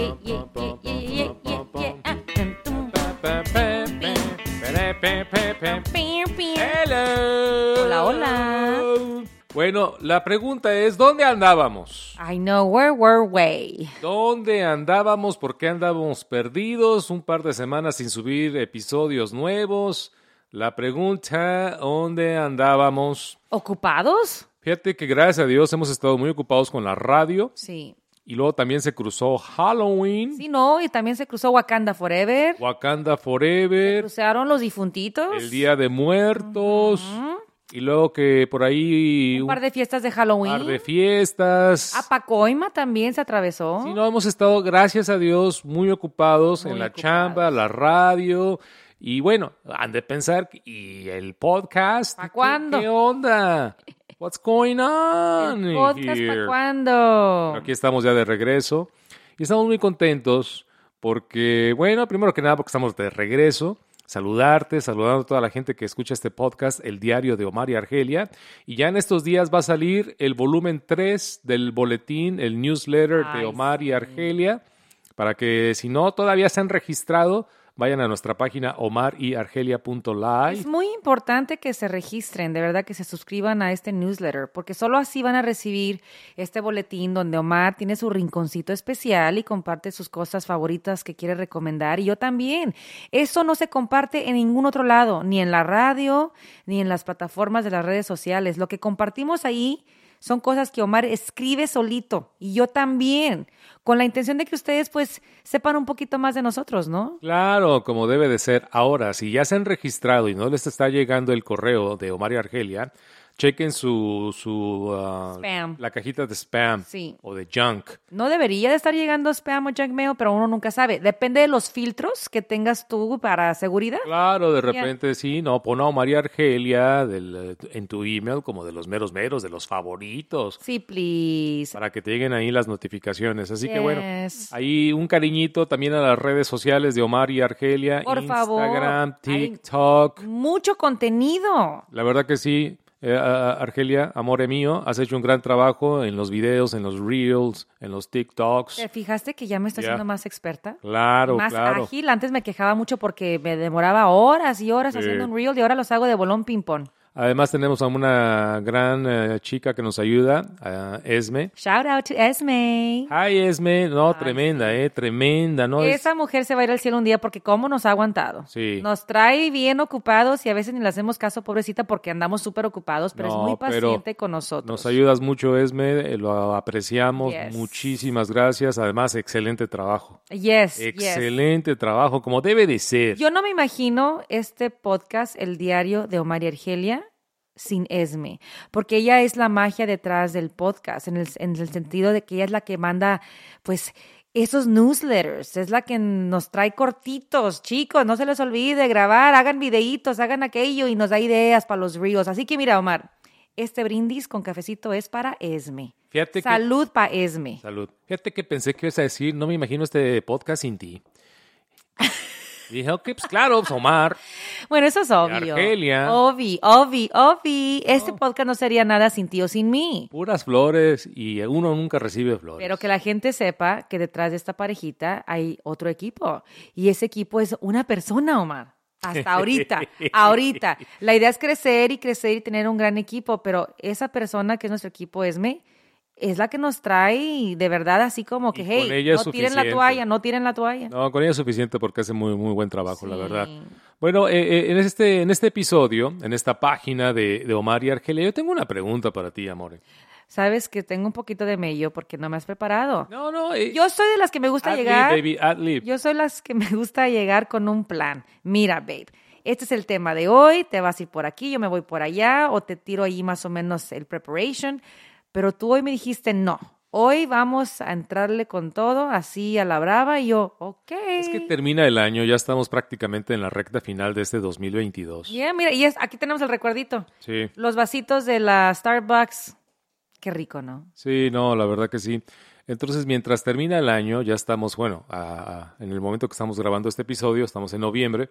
uh. Hello. Hola, hola. Bueno, la pregunta es, ¿dónde andábamos? I know where were we. ¿Dónde andábamos? ¿Por qué andábamos perdidos? Un par de semanas sin subir episodios nuevos. La pregunta, ¿dónde andábamos? ¿Ocupados? Fíjate que gracias a Dios hemos estado muy ocupados con la radio Sí. y luego también se cruzó Halloween, Sí, no, y también se cruzó Wakanda Forever. Wakanda Forever, Cruzaron los difuntitos. el Día de Muertos y luego que por ahí Un par de Ah, fiestas de un Halloween. par de fiestas. A Pacoima también se atravesó. Sí, no, hemos estado, gracias a Dios, muy ocupados Muy en la ocupados. chamba, la radio. Y bueno, han de pensar, ¿y el podcast? ¿Pa ¿Qué- cuándo? ¿Qué, onda? What's going on El podcast para here? cuándo. Aquí estamos ya de regreso y estamos muy contentos porque, bueno, primero que nada porque estamos de regreso. Saludarte, saludando a toda la gente que escucha este podcast, el diario de Omar y Argelia. Y ya en estos días va a salir el volumen 3 del boletín, el newsletter Ay, de Omar sí. y Argelia, para que si no todavía se han registrado, vayan a nuestra página omaryargelia.live. Es muy importante que se registren, de verdad que se suscriban a este newsletter, porque solo así van a recibir este boletín donde Omar tiene su rinconcito especial y comparte sus cosas favoritas que quiere recomendar. Y yo también. Eso no se comparte en ningún otro lado, ni en la radio, ni en las plataformas de las redes sociales. Lo que compartimos ahí son cosas que Omar escribe solito y yo también, con la intención de que ustedes pues sepan un poquito más de nosotros, ¿no? Claro, como debe de ser. Ahora, si ya se han registrado y no les está llegando el correo de Omar y Argelia, chequen su, su ah, Spam. la cajita de spam Sí. o de junk. No debería de estar llegando spam o junk mail, pero uno nunca sabe. Depende de los filtros que tengas tú para seguridad. Claro, de repente sí, no, pon a Omar y Argelia del, eh, en tu email como de los meros meros, de los favoritos, Sí, please. para que te lleguen ahí las notificaciones. Así que bueno, Yes. ahí un cariñito también a las redes sociales de Omar y Argelia, Por favor. Instagram, Ay. TikTok. Mucho contenido. La verdad que sí, eh, a- a- Argelia, amore mío, has hecho un gran trabajo en los videos, en los reels, en los ¿Te TikToks. fijaste que ya me estoy Pues, Ya. haciendo más experta? Claro, más claro. ágil. Antes me quejaba mucho porque me demoraba horas y horas Sí. haciendo un reel y ahora los hago de bolón ping-pong. Además tenemos a una gran eh, chica que nos ayuda, a Esme. Shout out to Esme. Ay, Esme, no, tremenda, eh, tremenda, ¿no? Es- Esa mujer se va a ir al cielo un día porque cómo nos ha aguantado. Sí. Nos trae bien ocupados y a veces ni le hacemos caso, pobrecita, porque andamos súper ocupados, pero No, es muy pero paciente con nosotros. Nos ayudas mucho, Esme, eh, lo apreciamos. Yes. Muchísimas gracias. Además, excelente trabajo. Yes, yes. Excelente trabajo, como debe de ser. Yo no me imagino este podcast, el diario de Omar y Argelia, sin Esme, porque ella es la magia detrás del podcast, en el, en el sentido de que ella es la que manda, pues, esos newsletters, es la que nos trae cortitos, chicos, no se les olvide grabar, hagan videitos, hagan aquello y nos da ideas para los reels. Así que mira, Omar, este brindis con cafecito es para Esme. Fíjate que... Salud para Esme. Salud. Fíjate que pensé que ibas a decir, no me imagino este podcast sin ti. Dije, ok, pues claro, pues Omar. Bueno, eso es obvio. Argelia. Oh. Obvi, obvi, obvi. Este podcast no sería nada sin ti o sin mí. Puras flores y uno nunca recibe flores. Pero que la gente sepa que detrás de esta parejita hay otro equipo. Y ese equipo es una persona, Omar. Hasta ahorita, ahorita. La idea es crecer y crecer y tener un gran equipo, pero esa persona que es nuestro equipo, Esme, es la que nos trae de verdad así como que, Y hey, con ella es no tiren la suficiente. toalla, no tiren la toalla. No, con ella es suficiente porque hace muy, muy buen trabajo, la verdad. Sí. Bueno, eh, eh, en, este, en este episodio, en esta página de, de Omar y Argelia, yo tengo una pregunta para ti, amore. Sabes que tengo un poquito de mello porque no me has preparado. No, no. eh, Yo soy de las que me gusta ad lib, llegar. baby, ad lib. Yo soy las que me gusta llegar con un plan. Mira, babe, este es el tema de hoy, te vas a ir por aquí, yo me voy por allá, o te tiro ahí más o menos el preparation, pero tú hoy me dijiste no. Hoy vamos a entrarle con todo, así a la brava, y yo, ok. Es que termina el año, ya estamos prácticamente en la recta final de este 2022. Yeah, mira, y es, aquí tenemos el recuerdito. Sí. Los vasitos de la Starbucks. Qué rico, ¿no? Sí, no, la verdad que sí. Entonces, mientras termina el año, ya estamos, bueno, a- a- en el momento que estamos grabando este episodio, estamos en noviembre,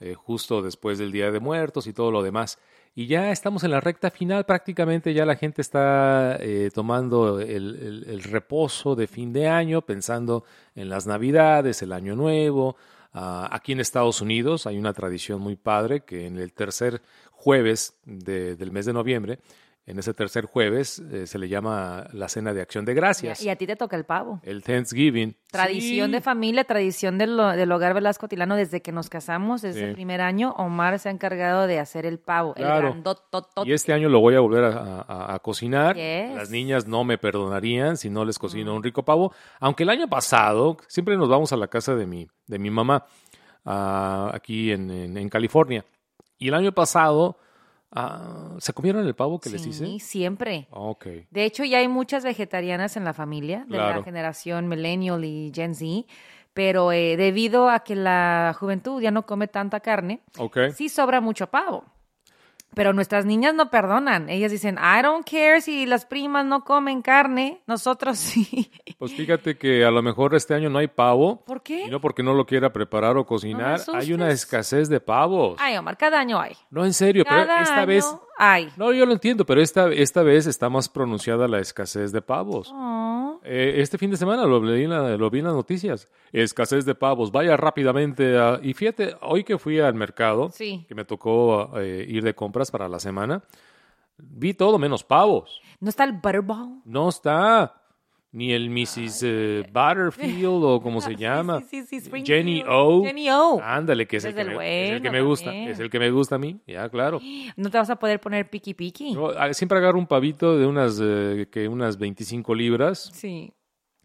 eh, justo después del Día de Muertos y todo lo demás. Y ya estamos en la recta final, prácticamente ya la gente está eh, tomando el, el- el reposo de fin de año, pensando en las Navidades, el Año Nuevo. Ah, aquí en Estados Unidos hay una tradición muy padre que en el tercer jueves de- del mes de noviembre, en ese tercer jueves eh, se le llama la cena de acción de gracias, Y a ti te toca el pavo. el Thanksgiving. Tradición Sí. de familia, tradición del, lo- del hogar Velasco Tilano desde que nos casamos, desde Sí. el primer año, Omar se ha encargado de hacer el pavo, Claro. el grandototote. Y este año lo voy a volver a, a- a cocinar. Yes. Mm. Las niñas no me perdonarían si no les cocino un rico pavo. Aunque el año pasado, siempre nos vamos a la casa de mi, de mi mamá, ah, aquí en, en- en California. Y el año pasado, ah, ¿se comieron el pavo que les Sí, hice? siempre. Ok. De hecho, ya hay muchas vegetarianas en la familia, de Claro. la generación millennial y Gen Z, pero eh, debido a que la juventud ya no come tanta carne, Ok. sí sobra mucho pavo. Pero nuestras niñas no perdonan. Ellas dicen, I don't care si las primas no comen carne, nosotros sí. Pues fíjate que a lo mejor este año no hay pavo. ¿Por qué? Y no porque no lo quiera preparar o cocinar. hay una asustes. escasez de pavos. Ay, Omar, cada año hay. No, en serio, pero Cada esta año vez hay. No, yo lo entiendo, pero esta, esta vez está más pronunciada la escasez de pavos. Oh. Eh, este fin de semana lo leí, en la- lo vi en las noticias. Escasez de pavos. Vaya rápidamente. a- y fíjate, hoy que fui al mercado, Sí. que me tocó eh, ir de compras para la semana, vi todo menos pavos. ¿No está el butterball? No está ni el Mrs. eh, Butterfield o como se Sí, llama. sí, sí, sí, Springfield. Jenny O. Ah. Jenny O. Ándale, que es, Ese el que, es el me, es el que bueno me gusta. también. Es el que me gusta a mí. Ya, claro. No te vas a poder poner piqui piqui. No, ah, siempre agarro un pavito de unas, eh, que unas 25 libras, Sí.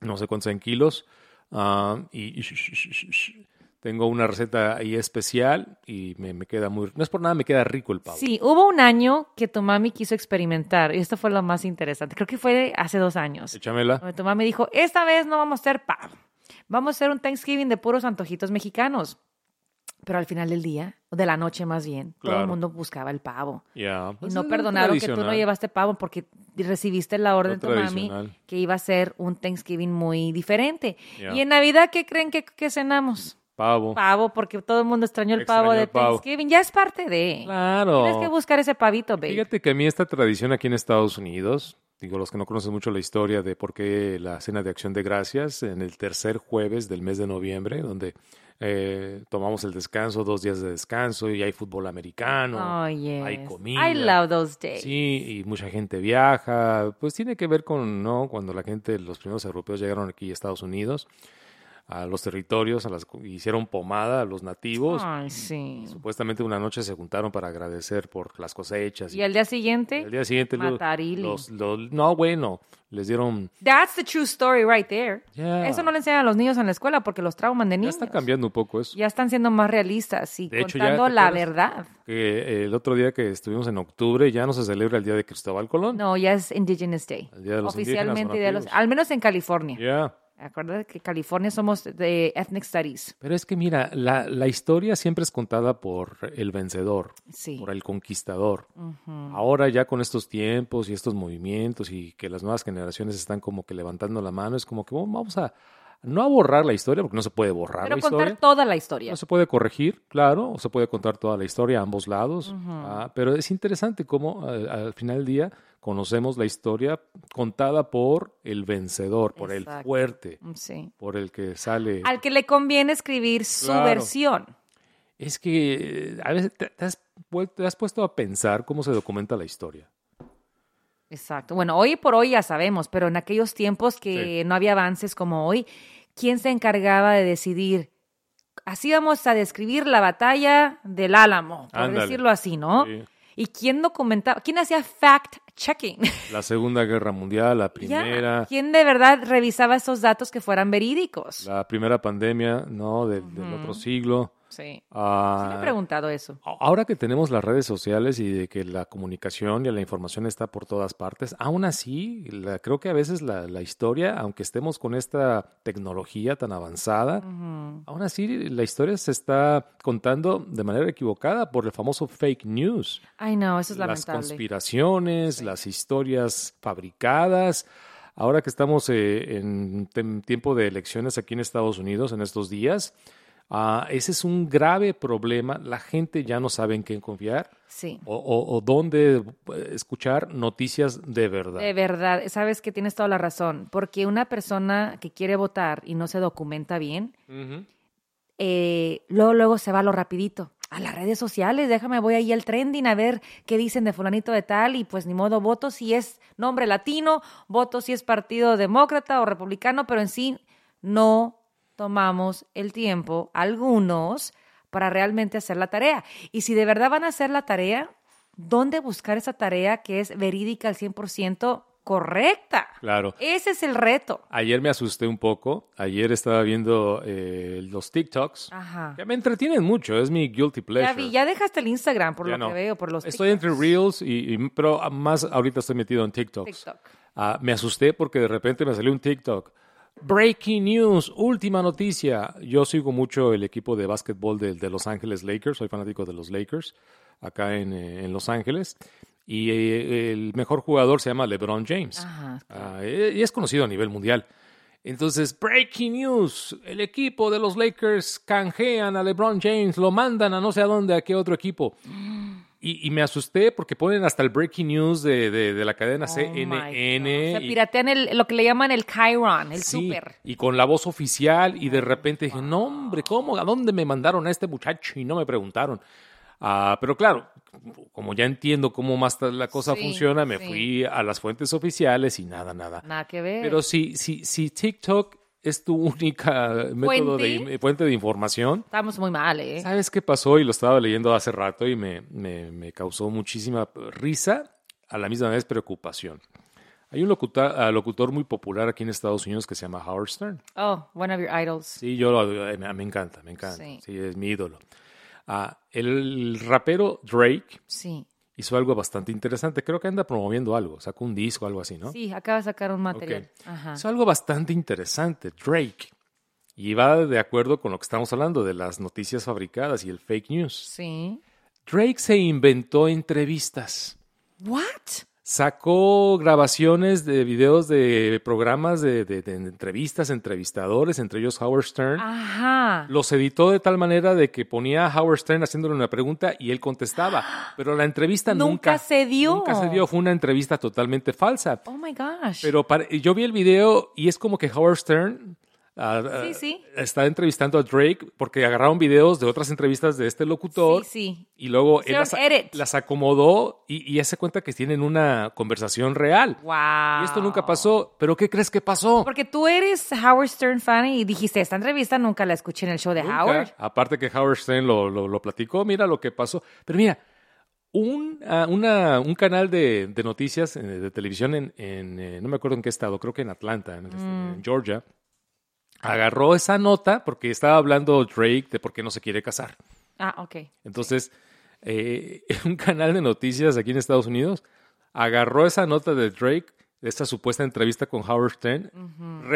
no sé cuántos en kilos, ah, y, y sh- sh- sh- sh- tengo una receta ahí especial y me, me queda muy... No es por nada, me queda rico el pavo. Sí, hubo un año que tu mami quiso experimentar y esto fue lo más interesante. Creo que fue hace dos años. Échamela. Donde tu mamá me dijo, esta vez no vamos a hacer pavo. Vamos a hacer un Thanksgiving de puros antojitos mexicanos. Pero al final del día, o de la noche más bien, todo Claro. el mundo buscaba el pavo. Ya. Y Pues es no lo perdonaron que tú no tradicional. llevaste pavo porque recibiste la orden de tu mami tradicional. que iba a ser un Thanksgiving muy diferente. Ya. Y en Navidad, ¿qué creen que, que cenamos? Pavo. Pavo, porque todo el mundo extrañó el pavo Extrañó de el pavo. Thanksgiving. Ya es parte de... Claro. Tienes que buscar ese pavito, babe. Fíjate que a mí esta tradición aquí en Estados Unidos, digo, los que no conocen mucho la historia de por qué la cena de acción de gracias en el tercer jueves del mes de noviembre, donde eh, tomamos el descanso, dos días de descanso y hay fútbol americano, Oh, yes. hay comida. I love those days. Sí, y mucha gente viaja, pues tiene que ver con, ¿no? Cuando la gente, los primeros europeos llegaron aquí a Estados Unidos, a los territorios, a las, hicieron pomada a los nativos. Ay, sí. Supuestamente una noche se juntaron para agradecer por las cosechas Y al día siguiente, el día siguiente lo- Matarili. los, los- no, bueno, les dieron that's the true story right there. Yeah. Eso no le enseñan a los niños en la escuela porque los trauman de ya niños. está cambiando un poco eso. Ya están siendo más realistas y De hecho, ya, contando ¿te la acuerdas? verdad. Que, eh, el otro día que estuvimos en octubre ya no se celebra el día de Cristóbal Colón. No, ya es Indigenous Day. El Día de los Indígenas, Oficialmente, son Día de los- nativos. al menos en California. Ya. Acuérdate que California somos de Ethnic Studies. Pero es que mira, la, la historia siempre es contada por el vencedor, Sí. por el conquistador. Ahora ya con estos tiempos y estos movimientos y que las nuevas generaciones están como que levantando la mano, es como que bueno, vamos a no a borrar la historia porque no se puede borrar Pero la contar historia. toda la historia. No se puede corregir, claro, o se puede contar toda la historia a ambos lados, ah, pero es interesante cómo al, al final del día conocemos la historia contada por el vencedor, por el Exacto. fuerte, Sí. por el que sale. Al que le conviene escribir su Claro. versión. Es que eh, a veces te, te has, vuel- te has puesto a pensar cómo se documenta la historia. Exacto. Bueno, hoy por hoy ya sabemos, pero en aquellos tiempos que no había avances como hoy, ¿quién se encargaba de decidir? Así vamos a describir la batalla del Álamo, por Ándale. decirlo así, ¿no? Sí. ¿Y quién documentaba? ¿Quién hacía fact-checking? La Segunda Guerra Mundial, la Ya. primera, ¿Quién de verdad revisaba esos datos que fueran verídicos? la primera pandemia, ¿no? Del, del otro siglo. Sí. Sí me Ah, he preguntado eso. A- Ahora que tenemos las redes sociales y de que la comunicación y la información está por todas partes, aún así, la- creo que a veces la, la historia, aunque estemos con esta tecnología tan avanzada, aún así la historia se está contando de manera equivocada por el famoso fake news. Ay, no, eso es las lamentable. conspiraciones, las historias fabricadas. Ahora que estamos eh, en tem- tiempo de elecciones aquí en Estados Unidos en estos días, Ah, ese es un grave problema. La gente ya no sabe en quién confiar Sí. o, o- o dónde eh, escuchar noticias de verdad. De verdad, sabes que tienes toda la razón, porque una persona que quiere votar y no se documenta bien, Ujú. eh, luego, luego se va a lo rapidito. A las redes sociales, déjame, voy ahí al trending a ver qué dicen de fulanito de tal y pues ni modo, voto si es nombre latino, voto si es partido demócrata o republicano, pero en sí no tomamos el tiempo, algunos, para realmente hacer la tarea. Y si de verdad van a hacer la tarea, ¿dónde buscar esa tarea que es verídica al 100% correcta? Claro. Ese es el reto. Ayer me asusté un poco. Ayer estaba viendo eh, los TikToks. Ajá. Que me entretienen mucho. Es mi guilty pleasure. Ya, vi, ya dejaste el Instagram por Ya lo no. que veo, por los Estoy TikToks. entre Reels, y, y- pero más ahorita estoy metido en TikToks. TikTok. Ah, me asusté porque de repente me salió un TikTok. Breaking news, última noticia. Yo sigo mucho el equipo de básquetbol de, de Los Ángeles Lakers, soy fanático de los Lakers, acá en, eh, en Los Ángeles. Y eh, el mejor jugador se llama LeBron James. Ajá. Ah, eh, y es conocido a nivel mundial. Entonces, breaking news, el equipo de los Lakers canjean a LeBron James, lo mandan a no sé a dónde, a qué otro equipo. Y, y me asusté porque ponen hasta el breaking news de, de- de la cadena Oh my CNN. God. Se y- piratean el- lo que le llaman el Chiron, el sí, super. y con la voz oficial y de repente dije, no hombre, ¿cómo? ¿A dónde me mandaron a este muchacho? Y no me preguntaron. Ah, pero claro, como ya entiendo cómo más ta- la cosa Sí, funciona, me sí. fui a las fuentes oficiales y nada, nada. Nada que ver. Pero si, si, si TikTok es tu única método de, ¿Fuente? im- fuente de información, Estamos muy mal, ¿eh? ¿sabes qué pasó? Y lo estaba leyendo hace rato y me, me- me causó muchísima risa, a la misma vez preocupación. Hay un locuta- ah, locutor muy popular aquí en Estados Unidos que se llama Howard Stern. Oh, one of your idols. Sí, yo lo- eh, me me encanta, me encanta. Sí. Sí, es mi ídolo. Ah, el rapero Drake Sí. hizo algo bastante interesante. Creo que anda promoviendo algo, sacó un disco, algo así, ¿no? Sí, acaba de sacar un Ok. material. Ajá. Es algo bastante interesante, Drake. Y va de acuerdo con lo que estamos hablando de las noticias fabricadas y el fake news. Sí. Drake se inventó entrevistas. What? Sacó grabaciones de videos de programas de, de- de entrevistas, entrevistadores, entre ellos Howard Stern. Ah. Ajá. Los editó de tal manera de que ponía a Howard Stern haciéndole una pregunta y él contestaba. Pero la entrevista Nunca nunca, se dio. Nunca se dio. Fue una entrevista totalmente falsa. Oh my gosh. Pero para- yo vi el video y es como que Howard Stern ah, ah, Sí, sí. está entrevistando a Drake porque agarraron videos de otras entrevistas de este locutor Sí, sí. y luego él Hicieron las, edit. las acomodó y, y ya se cuenta que tienen una conversación real. Y Wow. esto nunca pasó, pero ¿qué crees que pasó? Porque tú eres Howard Stern fan y dijiste, esta entrevista nunca la escuché en el show de Nunca. Howard. Aparte que Howard Stern lo, lo- lo platicó, mira lo que pasó. Pero mira, un, ah, una- un canal de, de noticias eh, de televisión en, en, eh, no me acuerdo en qué estado, creo que en Atlanta, en, este, Mm. en Georgia, agarró esa nota porque estaba hablando Drake de por qué no se quiere casar. Ah, ok. Entonces, eh, un canal de noticias aquí en Estados Unidos agarró esa nota de Drake, de esta supuesta entrevista con Howard Stern,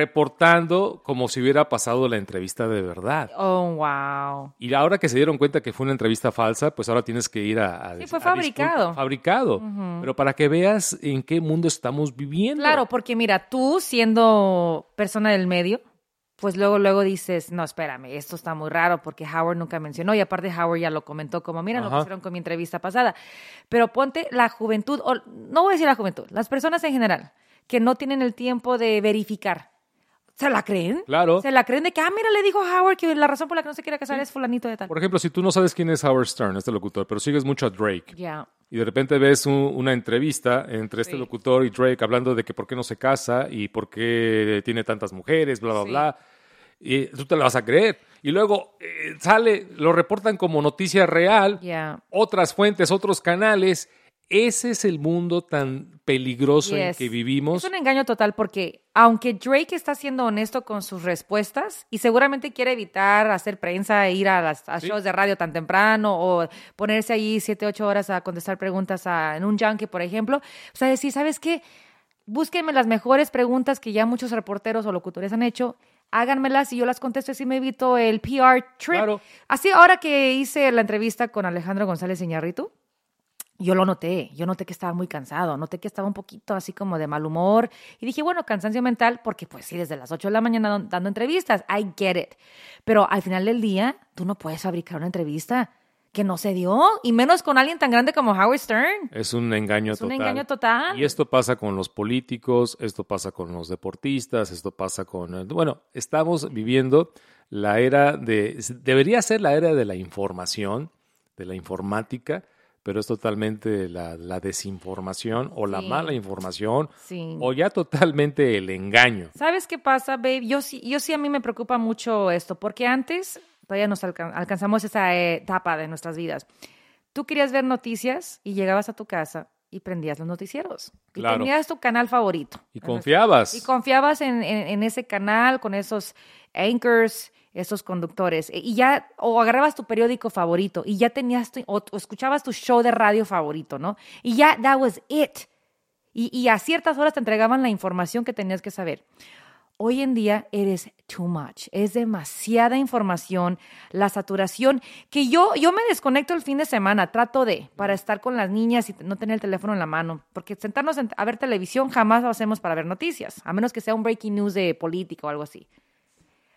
reportando como si hubiera pasado la entrevista de verdad. Oh, wow. Y ahora que se dieron cuenta que fue una entrevista falsa, pues ahora tienes que ir a... a a Sí, fue disculpa- fabricado. fabricado. Pero para que veas en qué mundo estamos viviendo. Claro, porque mira, tú siendo persona del medio, pues luego, luego dices, no, espérame, esto está muy raro porque Howard nunca mencionó y aparte Howard ya lo comentó como, mira, lo que Ajá. hicieron con mi entrevista pasada. Pero ponte la juventud, o no voy a decir la juventud, las personas en general que no tienen el tiempo de verificar. ¿Se la creen? Claro. ¿Se la creen de que, ah, mira, le dijo Howard que la razón por la que no se quiere casar es fulanito de tal? Por ejemplo, si tú no sabes quién es Howard Stern, este locutor, pero sigues mucho a Drake, Ya. y de repente ves un- una entrevista entre este Sí. locutor y Drake hablando de que por qué no se casa y por qué tiene tantas mujeres, bla, bla, Sí. bla, y tú te la vas a creer. Y luego eh, sale, lo reportan como noticia real, Ya. otras fuentes, otros canales. Ese es el mundo tan peligroso en Yes. que vivimos. Es un engaño total porque aunque Drake está siendo honesto con sus respuestas y seguramente quiere evitar hacer prensa, e ir a, las, a Sí. shows de radio tan temprano o ponerse ahí siete, ocho horas a contestar preguntas a- en un junkie, por ejemplo, o sea, decir, ¿sabes qué? Búsquenme las mejores preguntas que ya muchos reporteros o locutores han hecho, háganmelas y yo las contesto y así me evito el PR trip. Claro. Así ahora que hice la entrevista con Alejandro González Iñárritu, yo lo noté, yo noté que estaba muy cansado, noté que estaba un poquito así como de mal humor y dije, bueno, cansancio mental, porque pues sí, desde las 8 de la mañana don- dando entrevistas, I get it. Pero al final del día, tú no puedes fabricar una entrevista que no se dio, y menos con alguien tan grande como Howard Stern. Es un engaño Es un total. engaño total. Y esto pasa con los políticos, esto pasa con los deportistas, esto pasa con... eh, Bueno, estamos viviendo la era de... Debería ser la era de la información, de la informática, pero es totalmente la, la desinformación o la Sí. mala información Sí. o ya totalmente el engaño. ¿Sabes qué pasa, babe? Yo sí, yo sí a mí me preocupa mucho esto, porque antes todavía nos alca- alcanzamos esa eh, etapa de nuestras vidas. Tú querías ver noticias y llegabas a tu casa y prendías los noticieros. Y Claro. tenías tu canal favorito. Y En nuestro- confiabas. y confiabas en, en- en ese canal, con esos anchors, esos conductores. E- Y ya, o agarrabas tu periódico favorito y ya tenías, tu- o, o escuchabas tu show de radio favorito, ¿no? Y ya, that was it. Y, y a ciertas horas te entregaban la información que tenías que saber. Hoy en día eres too much, es demasiada información, la saturación, que yo, yo me desconecto el fin de semana, trato de, para estar con las niñas y no tener el teléfono en la mano, porque sentarnos en- a ver televisión jamás lo hacemos para ver noticias, a menos que sea un breaking news de política o algo así.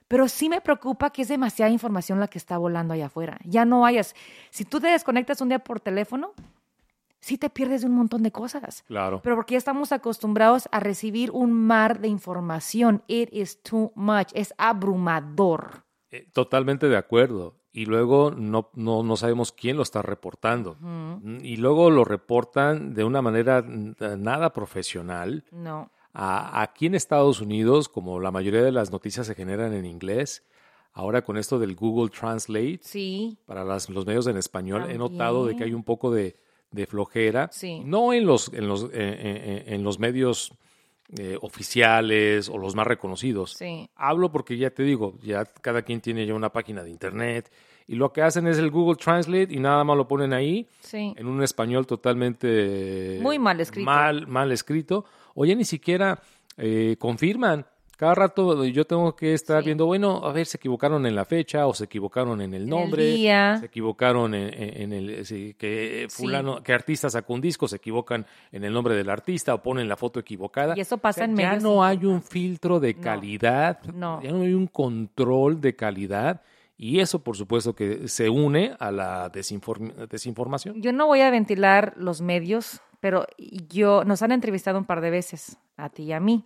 Pero sí me preocupa que es demasiada información la que está volando allá afuera. Ya no hayas, si tú te desconectas un día por teléfono, sí te pierdes de un montón de cosas. Claro. Pero porque ya estamos acostumbrados a recibir un mar de información. It is too much. Es abrumador. Eh, Totalmente de acuerdo. Y luego no, no, no sabemos quién lo está reportando. Mm, Y luego lo reportan de una manera mm, nada profesional. No. A- aquí en Estados Unidos, como la mayoría de las noticias se generan en inglés, ahora con esto del Google Translate, Sí. para las- los medios en español he notado de que También. hay un poco de, de flojera. Sí. No en los, en los, eh, eh, eh, en los medios eh, oficiales o los más reconocidos. Sí. Hablo porque ya te digo, ya cada quien tiene ya una página de internet y lo que hacen es el Google Translate y nada más lo ponen ahí Sí. en un español totalmente Muy mal escrito. mal, mal escrito o ya ni siquiera eh, confirman cada rato yo tengo que estar Sí. viendo bueno a ver se equivocaron en la fecha o se equivocaron en el el nombre día. se equivocaron en, en- en el sí, que Sí. fulano que artista sacó un disco se equivocan en el nombre del artista o ponen la foto equivocada Y eso pasa en ya medios no hay un filtro de No. calidad No. ya no hay un control de calidad y eso por supuesto que se une a la desinform- desinformación Yo no voy a ventilar los medios, pero yo nos han entrevistado un par de veces, a ti y a mí,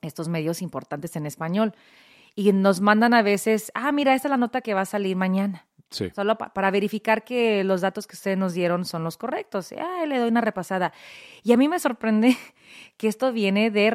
estos medios importantes en español. Y nos mandan a veces, ah, mira, esta es la nota que va a salir mañana. sí Solo pa- para verificar que los datos que ustedes nos dieron son los correctos. Y, "Ay, le doy una repasada. Y a mí me sorprende que esto viene de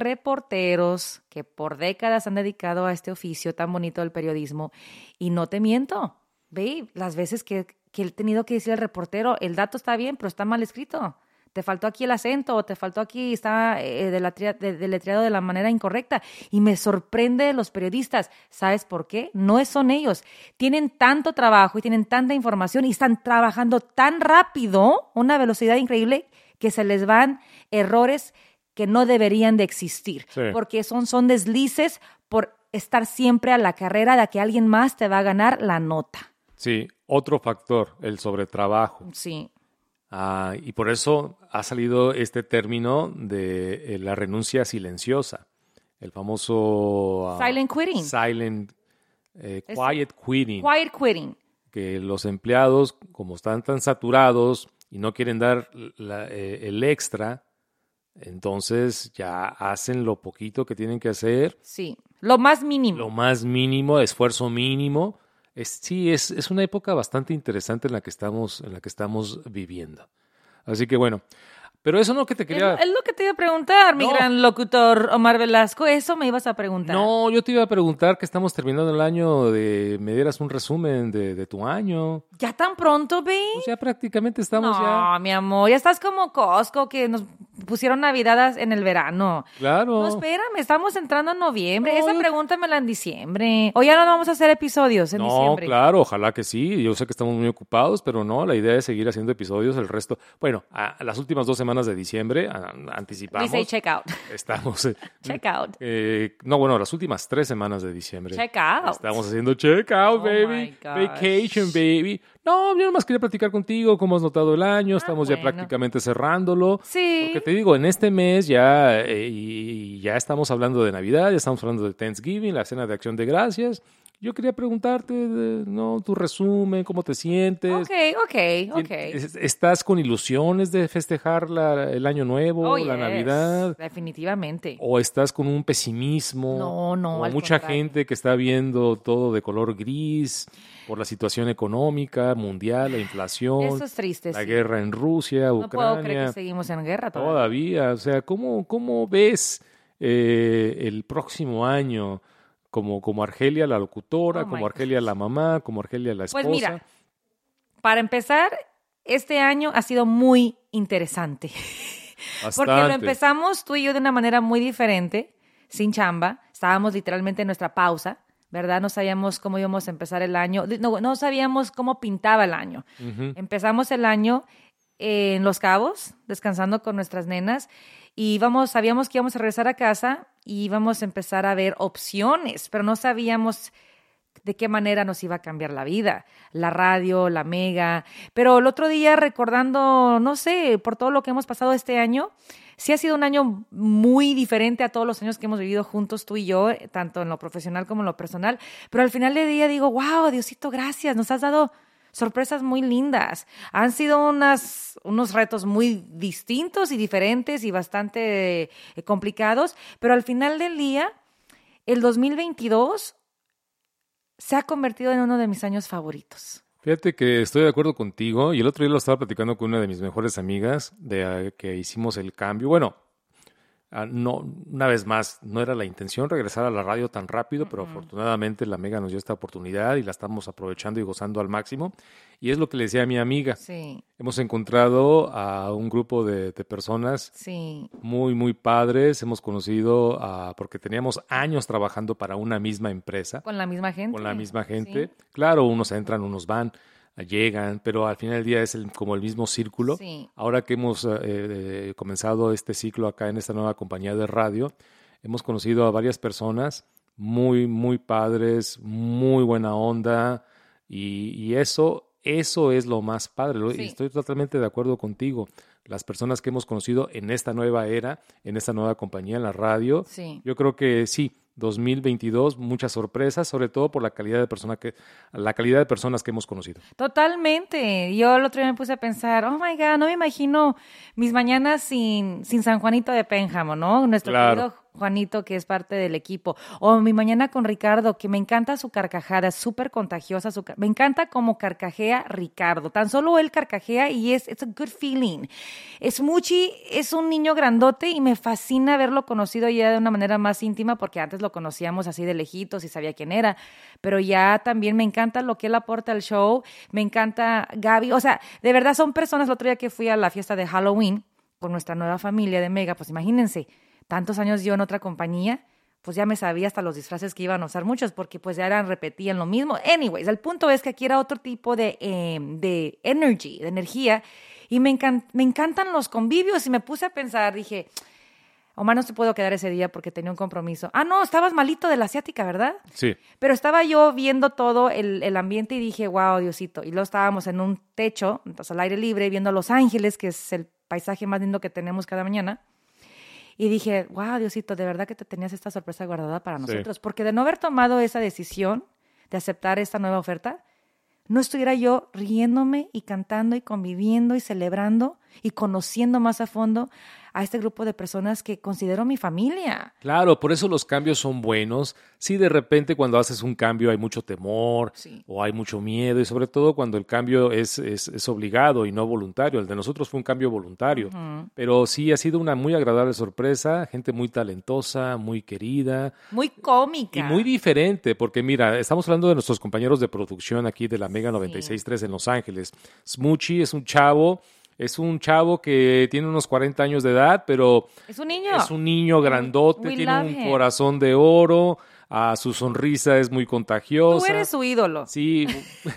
reporteros que por décadas han dedicado a este oficio tan bonito del periodismo. Y no te miento, ve las veces que, que he tenido que decir al reportero, el dato está bien, pero está mal escrito. Te faltó aquí el acento, o te faltó aquí, está eh, delatria- de- deletreado de la manera incorrecta. Y me sorprende de los periodistas. ¿Sabes por qué? No son ellos. Tienen tanto trabajo y tienen tanta información y están trabajando tan rápido, a una velocidad increíble, que se les van errores que no deberían de existir. Sí. Porque son, son deslices por estar siempre a la carrera de que alguien más te va a ganar la nota. sí otro factor el sobretrabajo Sí. Ah, y por eso ha salido este término de eh, la renuncia silenciosa, el famoso... ah, Silent quitting. Silent, eh, Es- quiet quitting. Quiet quitting. Que los empleados, como están tan saturados y no quieren dar la- eh, el extra, entonces ya hacen lo poquito que tienen que hacer Sí. Lo más mínimo. lo más mínimo, esfuerzo mínimo. Es, sí, es, es una época bastante interesante en la que estamos, en la que estamos viviendo. Así que bueno, pero eso no que te Es, quería. es lo que te iba a preguntar, mi No. gran locutor Omar Velasco. Eso me ibas a preguntar. No, yo te iba a preguntar que estamos terminando el año de me dieras un resumen de, de tu año. ¿Ya tan pronto, ve? Pues ya prácticamente estamos no, ya. mi amor, ya estás como Costco que nos pusieron navidadas en el verano. Claro. No, espérame, estamos entrando en noviembre. No, Esa yo- pregunta me la en diciembre. O ya no vamos a hacer episodios en No, diciembre. claro, ojalá que sí. Yo sé que estamos muy ocupados, pero no, la idea es seguir haciendo episodios el resto. Bueno, a- a las últimas dos semanas de diciembre a- anticipamos. We say check out. Estamos eh, Check out. Eh, no, bueno, las últimas tres semanas de diciembre. Check out. Estamos haciendo check out, Oh my baby. gosh. Vacation, baby. No, yo nomás quería platicar contigo cómo has notado el año, estamos ya Ah, bueno. prácticamente cerrándolo. Sí. Porque te digo, en este mes ya, eh, y ya estamos hablando de Navidad, ya estamos hablando de Thanksgiving, la cena de acción de gracias. Yo quería preguntarte, de, ¿no? Tu resumen, cómo te sientes. Ok, ok, ok. ¿Tien- es- ¿Estás con ilusiones de festejar la- el año nuevo, Oh, la yes, Navidad? Definitivamente. ¿O estás con un pesimismo? No, no, Como al mucha contrario. gente que está viendo todo de color gris por la situación económica, mundial, la inflación, Eso es triste. la sí. guerra en Rusia, No puedo creer Ucrania. que seguimos en guerra todavía. Todavía, o sea, ¿cómo, cómo ves eh, el próximo año como, como Argelia la locutora, Oh, my como Argelia la mamá, como Argelia la esposa? Pues mira, para empezar, este año ha sido muy interesante. Porque lo Bastante. empezamos tú y yo de una manera muy diferente, sin chamba. Estábamos literalmente en nuestra pausa, ¿verdad? No sabíamos cómo íbamos a empezar el año. No, no sabíamos cómo pintaba el año. Ujú. Empezamos el año eh, en Los Cabos, descansando con nuestras nenas, y íbamos, sabíamos que íbamos a regresar a casa y íbamos a empezar a ver opciones, pero no sabíamos de qué manera nos iba a cambiar la vida, la radio, la mega. Pero el otro día, recordando, no sé, por todo lo que hemos pasado este año, sí ha sido un año muy diferente a todos los años que hemos vivido juntos tú y yo, tanto en lo profesional como en lo personal. Pero al final del día digo, wow, Diosito, gracias, nos has dado sorpresas muy lindas. Han sido unas, unos retos muy distintos y diferentes y bastante eh, complicados, pero al final del día, el 2022 se ha convertido en uno de mis años favoritos. Fíjate que estoy de acuerdo contigo y el otro día lo estaba platicando con una de mis mejores amigas de ah, que hicimos el cambio. Bueno, ah, no, una vez más, no era la intención regresar a la radio tan rápido, pero afortunadamente la Mega nos dio esta oportunidad y la estamos aprovechando y gozando al máximo. Y es lo que le decía a mi amiga. Sí, Hemos encontrado a un grupo de, de personas sí, muy, muy padres. Hemos conocido a, porque teníamos años trabajando para una misma empresa con la misma gente. con la misma Sí. gente. Claro, unos entran, unos van, llegan, pero al final del día es el- como el mismo círculo. Sí. Ahora que hemos eh, eh, comenzado este ciclo acá en esta nueva compañía de radio, hemos conocido a varias personas muy, muy padres, muy buena onda y, y eso... Eso es lo más padre, lo- y Sí. estoy totalmente de acuerdo contigo. Las personas que hemos conocido en esta nueva era, en esta nueva compañía, en la radio, Sí. yo creo que sí, 2022, muchas sorpresas, sobre todo por la calidad de persona que, la calidad de personas que hemos conocido. Totalmente. Yo el otro día me puse a pensar, oh my God, no me imagino mis mañanas sin, sin San Juanito de Pénjamo, ¿no? Nuestro Claro. querido Juanito, que es parte del equipo. O mi mañana con Ricardo, que me encanta su carcajada, es súper contagiosa. Su, car- me encanta cómo carcajea Ricardo. Tan solo él carcajea y es it's a good feeling. Es Muchi, es un niño grandote y me fascina haberlo conocido ya de una manera más íntima, porque antes lo conocíamos así de lejitos y sabía quién era. Pero ya también me encanta lo que él aporta al show. Me encanta Gaby. O sea, de verdad son personas. El otro día que fui a la fiesta de Halloween con nuestra nueva familia de Mega, pues imagínense, tantos años yo en otra compañía, pues ya me sabía hasta los disfraces que iban a usar muchos, porque pues ya eran, repetían lo mismo. Anyways, el punto es que aquí era otro tipo de, eh, de energy, de energía, y me, encan- me encantan los convivios, y me puse a pensar, dije, Omar, no se puedo quedar ese día porque tenía un compromiso. Ah, no, estabas malito de la asiática, ¿verdad? Sí. Pero estaba yo viendo todo el, el ambiente y dije, wow, Diosito. Y luego estábamos en un techo, entonces al aire libre, viendo Los Ángeles, que es el paisaje más lindo que tenemos cada mañana. Y dije, wow, Diosito, de verdad que te tenías esta sorpresa guardada para Sí. nosotros. Porque de no haber tomado esa decisión de aceptar esta nueva oferta, no estuviera yo riéndome y cantando y conviviendo y celebrando y conociendo más a fondo a este grupo de personas que considero mi familia. Claro, por eso los cambios son buenos. Si de repente cuando haces un cambio hay mucho temor Sí. o hay mucho miedo y sobre todo cuando el cambio es, es- es obligado y no voluntario. El de nosotros fue un cambio voluntario, pero sí ha sido una muy agradable sorpresa, gente muy talentosa, muy querida, Muy cómica. Y muy diferente, porque mira, estamos hablando de nuestros compañeros de producción aquí de la Mega 963 en Los Ángeles. Smoochie es un chavo, es un chavo que tiene unos 40 años de edad, pero Es un niño. es un niño grandote, we tiene love un him. corazón de oro, ah, su sonrisa es muy Tú contagiosa. eres su ídolo. Sí,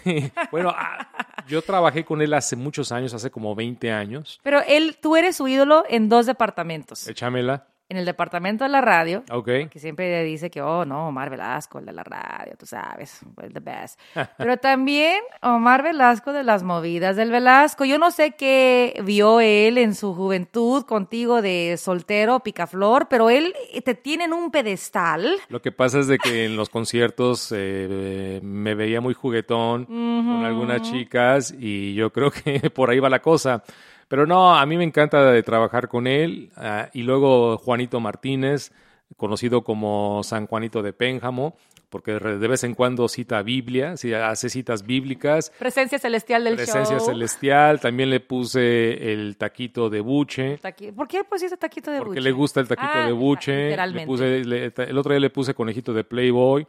bueno, ah, yo trabajé con él hace muchos años, hace como 20 años. Pero él, tú eres su ídolo en dos departamentos. Échamela. en el departamento de la radio, Ok. que siempre dice que, oh, no, Omar Velasco, el de la radio, tú sabes, el the best. Pero también Omar Velasco de las movidas del Velasco. Yo no sé qué vio él en su juventud contigo de soltero, picaflor, pero él eh, te tiene en un pedestal. Lo que pasa es de que en los conciertos eh, me veía muy juguetón con algunas chicas y yo creo que por ahí va la cosa. Pero no, a mí me encanta de trabajar con él. ah, y luego Juanito Martínez, conocido como San Juanito de Pénjamo, porque re- de vez en cuando cita Biblia, sí, hace citas bíblicas. Presencia celestial del Presencia show. celestial, también le puse el taquito de buche. Taqui- ¿Por qué pusiste taquito de Porque buche? le gusta el taquito Ah, de buche. Le Literalmente. puse, le- ta- el otro día le puse conejito de Playboy.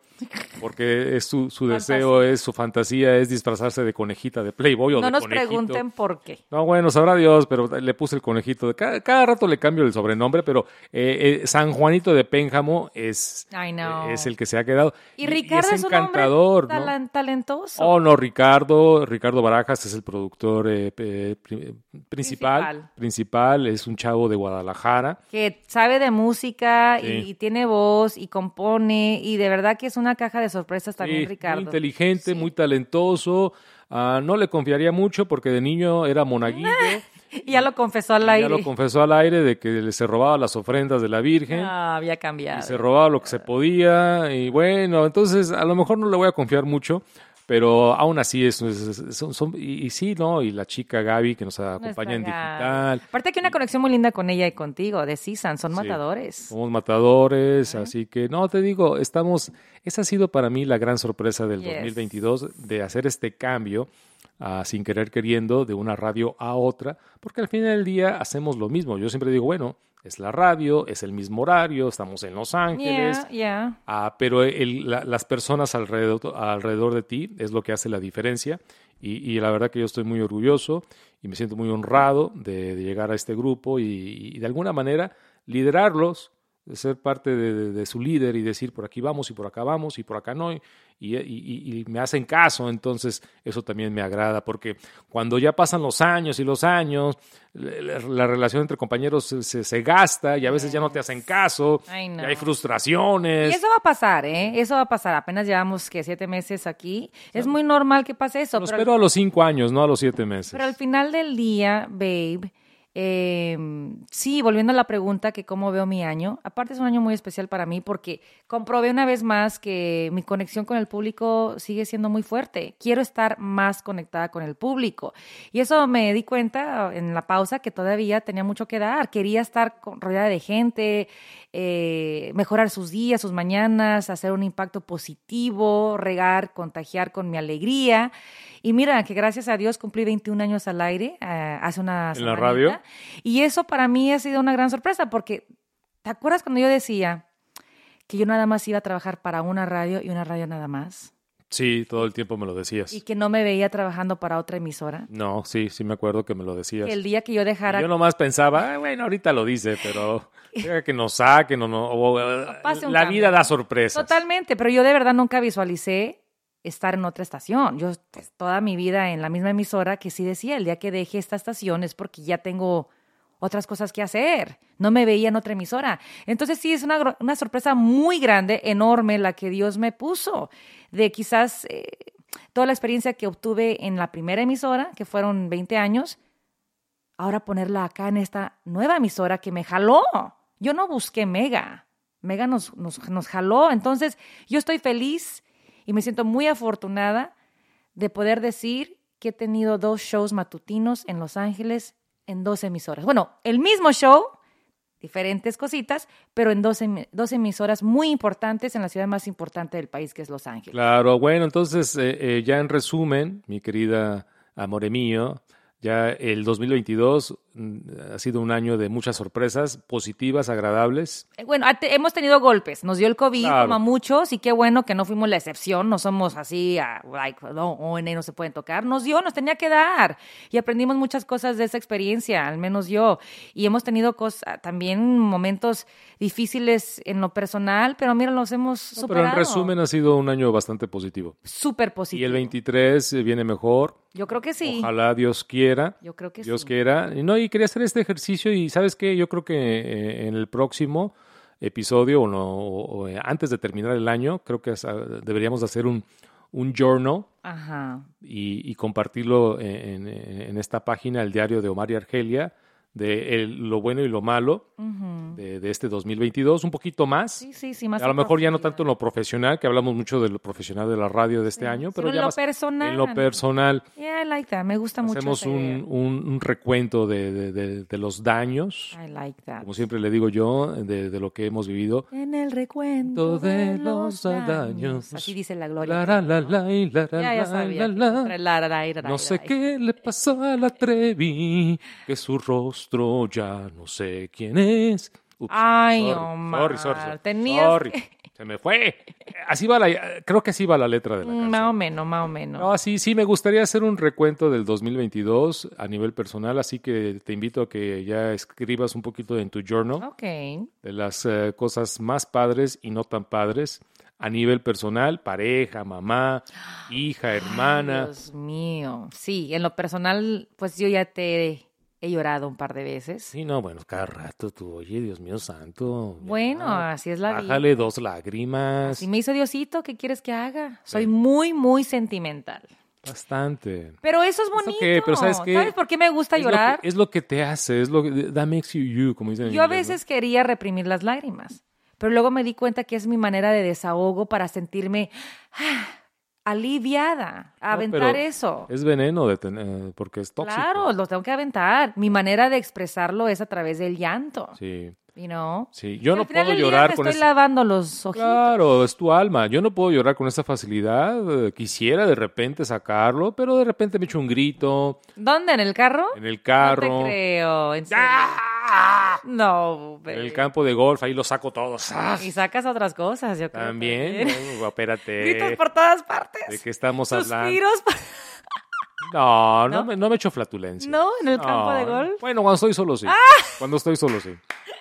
Porque es su, su deseo, es su fantasía es disfrazarse de conejita de Playboy o no de nos conejito. pregunten por qué. No, bueno, sabrá Dios, pero le puse el conejito. de- Cada, cada rato le cambio el sobrenombre, pero eh, eh, San Juanito de Pénjamo es, I know. eh, es el que se ha quedado. Y Ricardo es, es un hombre encantador, ¿no? talan- talentoso. Oh, no, Ricardo. Ricardo Barajas es el productor eh, eh, pri- Principal. principal. Principal, es un chavo de Guadalajara. que sabe de música y, Sí. y tiene voz y compone y de verdad que es una caja de sorpresas también Sí, Ricardo. Muy inteligente, muy talentoso. Ah, no le confiaría mucho porque de niño era monaguillo. Y ya lo confesó Ah, al y ya aire. lo confesó al aire de que le- se robaba las ofrendas de la Virgen. Ah, había y cambiado. se robaba lo que se podía. Y bueno, entonces a lo mejor no le voy a confiar mucho. Pero aún así, es, es- es- son- son- y, y sí, ¿no? Y la chica Gaby que nos acompaña Nuestra en Gaby. digital. Aparte que hay una conexión muy linda con ella y contigo, de Sisan, son matadores. Somos matadores, así que no, te digo, estamos, esa ha sido para mí la gran sorpresa del Yes. 2022 de hacer este cambio ah, sin querer queriendo de una radio a otra, porque al final del día hacemos lo mismo. Yo siempre digo, bueno, es la radio, es el mismo horario, estamos en Los Ángeles, Yeah, yeah. Ah, pero el- la- las personas alrededor, alrededor de ti es lo que hace la diferencia y, y la verdad que yo estoy muy orgulloso y me siento muy honrado de, de llegar a este grupo y, y de alguna manera liderarlos, de ser parte de, de- de su líder y decir por aquí vamos y por acá vamos y por acá no y, y- y- y me hacen caso, entonces eso también me agrada porque cuando ya pasan los años y los años, la, la- la relación entre compañeros se, se- se gasta y a veces ya no te hacen caso, Ay, y no. hay frustraciones. Y eso va a pasar, ¿eh? Eso va a pasar. Apenas llevamos que siete meses aquí. Es muy normal que pase eso. Lo pero al espero a los cinco años, no a los siete meses. Pero al final del día, babe, eh, sí, volviendo a la pregunta que cómo veo mi año, aparte es un año muy especial para mí porque comprobé una vez más que mi conexión con el público sigue siendo muy fuerte. Quiero estar más conectada con el público. Y eso me di cuenta en la pausa que todavía tenía mucho que dar. Quería estar con- rodeada de gente, eh, mejorar sus días, sus mañanas, hacer un impacto positivo, regar, contagiar con mi alegría. Y mira, que gracias a Dios cumplí 21 años al aire eh, hace una ¿En la semanita. radio? Y eso para mí ha sido una gran sorpresa porque, ¿te acuerdas cuando yo decía que yo nada más iba a trabajar para una radio y una radio nada más? Sí, todo el tiempo me lo decías. Y que no me veía trabajando para otra emisora. No, sí, sí me acuerdo que me lo decías. Que el día que yo dejara... Yo nomás pensaba, "Ah, bueno, ahorita lo dice, pero deja que nos saquen o no. o, eh, pase un la cambio. vida da sorpresas. Totalmente, pero yo de verdad nunca visualicé estar en otra estación. Yo pues, toda mi vida en la misma emisora que sí decía, el día que deje esta estación es porque ya tengo otras cosas que hacer. No me veía en otra emisora. Entonces sí, es una, gro- una sorpresa muy grande, enorme, la que Dios me puso, de quizás eh, toda la experiencia que obtuve en la primera emisora, que fueron 20 años, ahora ponerla acá en esta nueva emisora que me jaló. Yo no busqué Mega. Mega nos, nos, nos jaló. Entonces, yo estoy feliz y me siento muy afortunada de poder decir que he tenido dos shows matutinos en Los Ángeles en dos emisoras. Bueno, el mismo show, diferentes cositas, pero en dos, emi- dos emisoras muy importantes en la ciudad más importante del país, que es Los Ángeles. Claro, bueno, entonces, eh, eh, ya en resumen, mi querida amore mío, ya el 2022 mm, ha sido un año de muchas sorpresas positivas, agradables. Eh, Bueno, ate- hemos tenido golpes. Nos dio el COVID Claro. como a muchos y qué bueno que no fuimos la excepción. No somos así, ah, like, no, ONE no se pueden tocar. Nos dio, nos tenía que dar. Y aprendimos muchas cosas de esa experiencia, al menos yo. Y hemos tenido cosa- también momentos difíciles en lo personal, pero mira, los hemos No, superado. pero en resumen ha sido un año bastante positivo. Súper Y positivo. el 23 viene mejor. Yo creo que sí. Ojalá Dios quiera. Yo creo que Dios sí. quiera. Y no, y oye, quería hacer este ejercicio y sabes qué, yo creo que eh, en el próximo episodio o, no, o, o, eh, antes de terminar el año, creo que es, ah, deberíamos hacer un, un journal Ajá. y, y compartirlo en, en- en esta página, el diario de Omar y Argelia, de el- lo bueno y lo malo Ujú. de, de este 2022, un poquito más. Sí, sí, sí, más a lo mejor ya no profundidad. tanto en lo profesional, que hablamos mucho de lo profesional de la radio de este Sí, año, sino pero en ya lo más personal. en lo personal. Yeah, I like that. Me gusta mucho. Hacemos esa un, idea. un- un recuento de, de- de- de los daños, I like that. como siempre le digo yo, de, de lo que hemos vivido. En el recuento de de los los daños. daños. Así dice la gloria. La, ra, la, la, y la, ra, Ya, la, ya la, sabía. la. Tra- la, ra, ra, ra, ra, No sé ra. qué le pasó a la Trevi, que su rostro ya no sé quién es. Ups, Ay, sorry, Omar, sorry, sorry, sorry, tenías sorry, que- Se me fue. Así va la, creo que así va la letra de la Mm, canción. Más o menos, más o menos. No, sí, sí, me gustaría hacer un recuento del 2022 a nivel personal, así que te invito a que ya escribas un poquito en tu journal Ok. de las eh, cosas más padres y no tan padres a nivel personal, pareja, mamá, hija, hermana. Dios mío. Sí, en lo personal, pues yo ya te he llorado un par de veces. Sí, no, bueno, cada rato tú, oye, Dios mío santo. ya, Bueno, así es la vida. Bájale dos lágrimas. Si me hizo Diosito, ¿qué quieres que haga? Soy muy, muy sentimental. Bastante. Pero eso es Está bonito. ok, pero ¿sabes qué? por qué me gusta Es lo que- llorar? Es lo que te hace, es lo que. That makes you you, como dicen. en Yo a inglés, ¿no? veces quería reprimir las lágrimas, pero luego me di cuenta que es mi manera de desahogo para sentirme ah, aliviada, No, aventar Ah, pero eso. Es veneno de ten- eh, porque es tóxico. Claro, lo tengo que aventar. Mi manera de expresarlo es a través del llanto, Sí, you know? sí. Yo Y no al final puedo del día llorar me con estoy esa. lavando los ojitos. Claro, es tu alma. Yo no puedo llorar con esa facilidad. Eh, Quisiera de repente sacarlo, pero de repente me echo un grito ¿Dónde? ¿En el carro? en el No carro, te creo, en serio. No, en baby. el campo de golf, ahí lo saco todo. ¡Ah! Y sacas otras cosas, yo creo. También, también. no, espérate. Gritos por todas ¿De partes. qué estamos hablando? Suspiros. por- No, no, ¿No? me, no me echo flatulencia. ¿No? ¿En el campo No. de golf? Ah. Bueno, cuando estoy solo sí. Cuando estoy solo sí.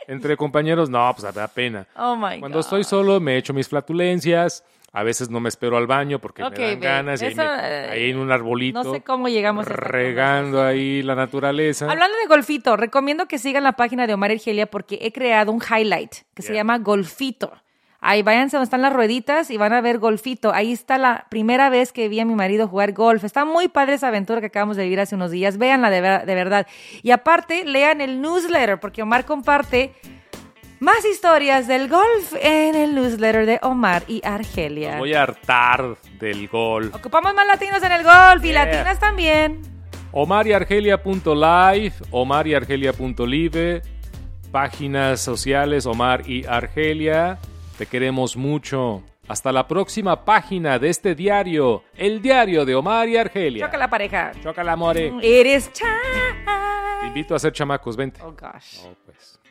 Entre compañeros, no, pues da pena. Oh my Cuando God. estoy solo me echo mis flatulencias. A veces no me espero al baño porque Ok, me dan ve, ganas. y ahí, eso, me- eh, ahí en un arbolito. No sé cómo llegamos a esta regando ahí la naturaleza. Hablando de golfito, recomiendo que sigan la página de Omar Argelia porque he creado un highlight que se Yeah. llama Golfito. Ahí váyanse donde están las rueditas y van a ver Golfito. Ahí está la primera vez que vi a mi marido jugar golf. Está muy padre esa aventura que acabamos de vivir hace unos días. Véanla de, ver- de verdad. Y aparte, lean el newsletter porque Omar comparte más historias del golf en el newsletter de Omar y Argelia. Los Voy a hartar del golf. Ocupamos más latinos en el golf y Yeah. latinas también. Omariargelia.live, omariargelia.live, páginas sociales Omar y Argelia. Te queremos mucho. Hasta la próxima página de este diario, el diario de Omar y Argelia. Choca la pareja. Chócala, more. It is Te time. invito a ser chamacos, vente. Oh gosh. No, pues.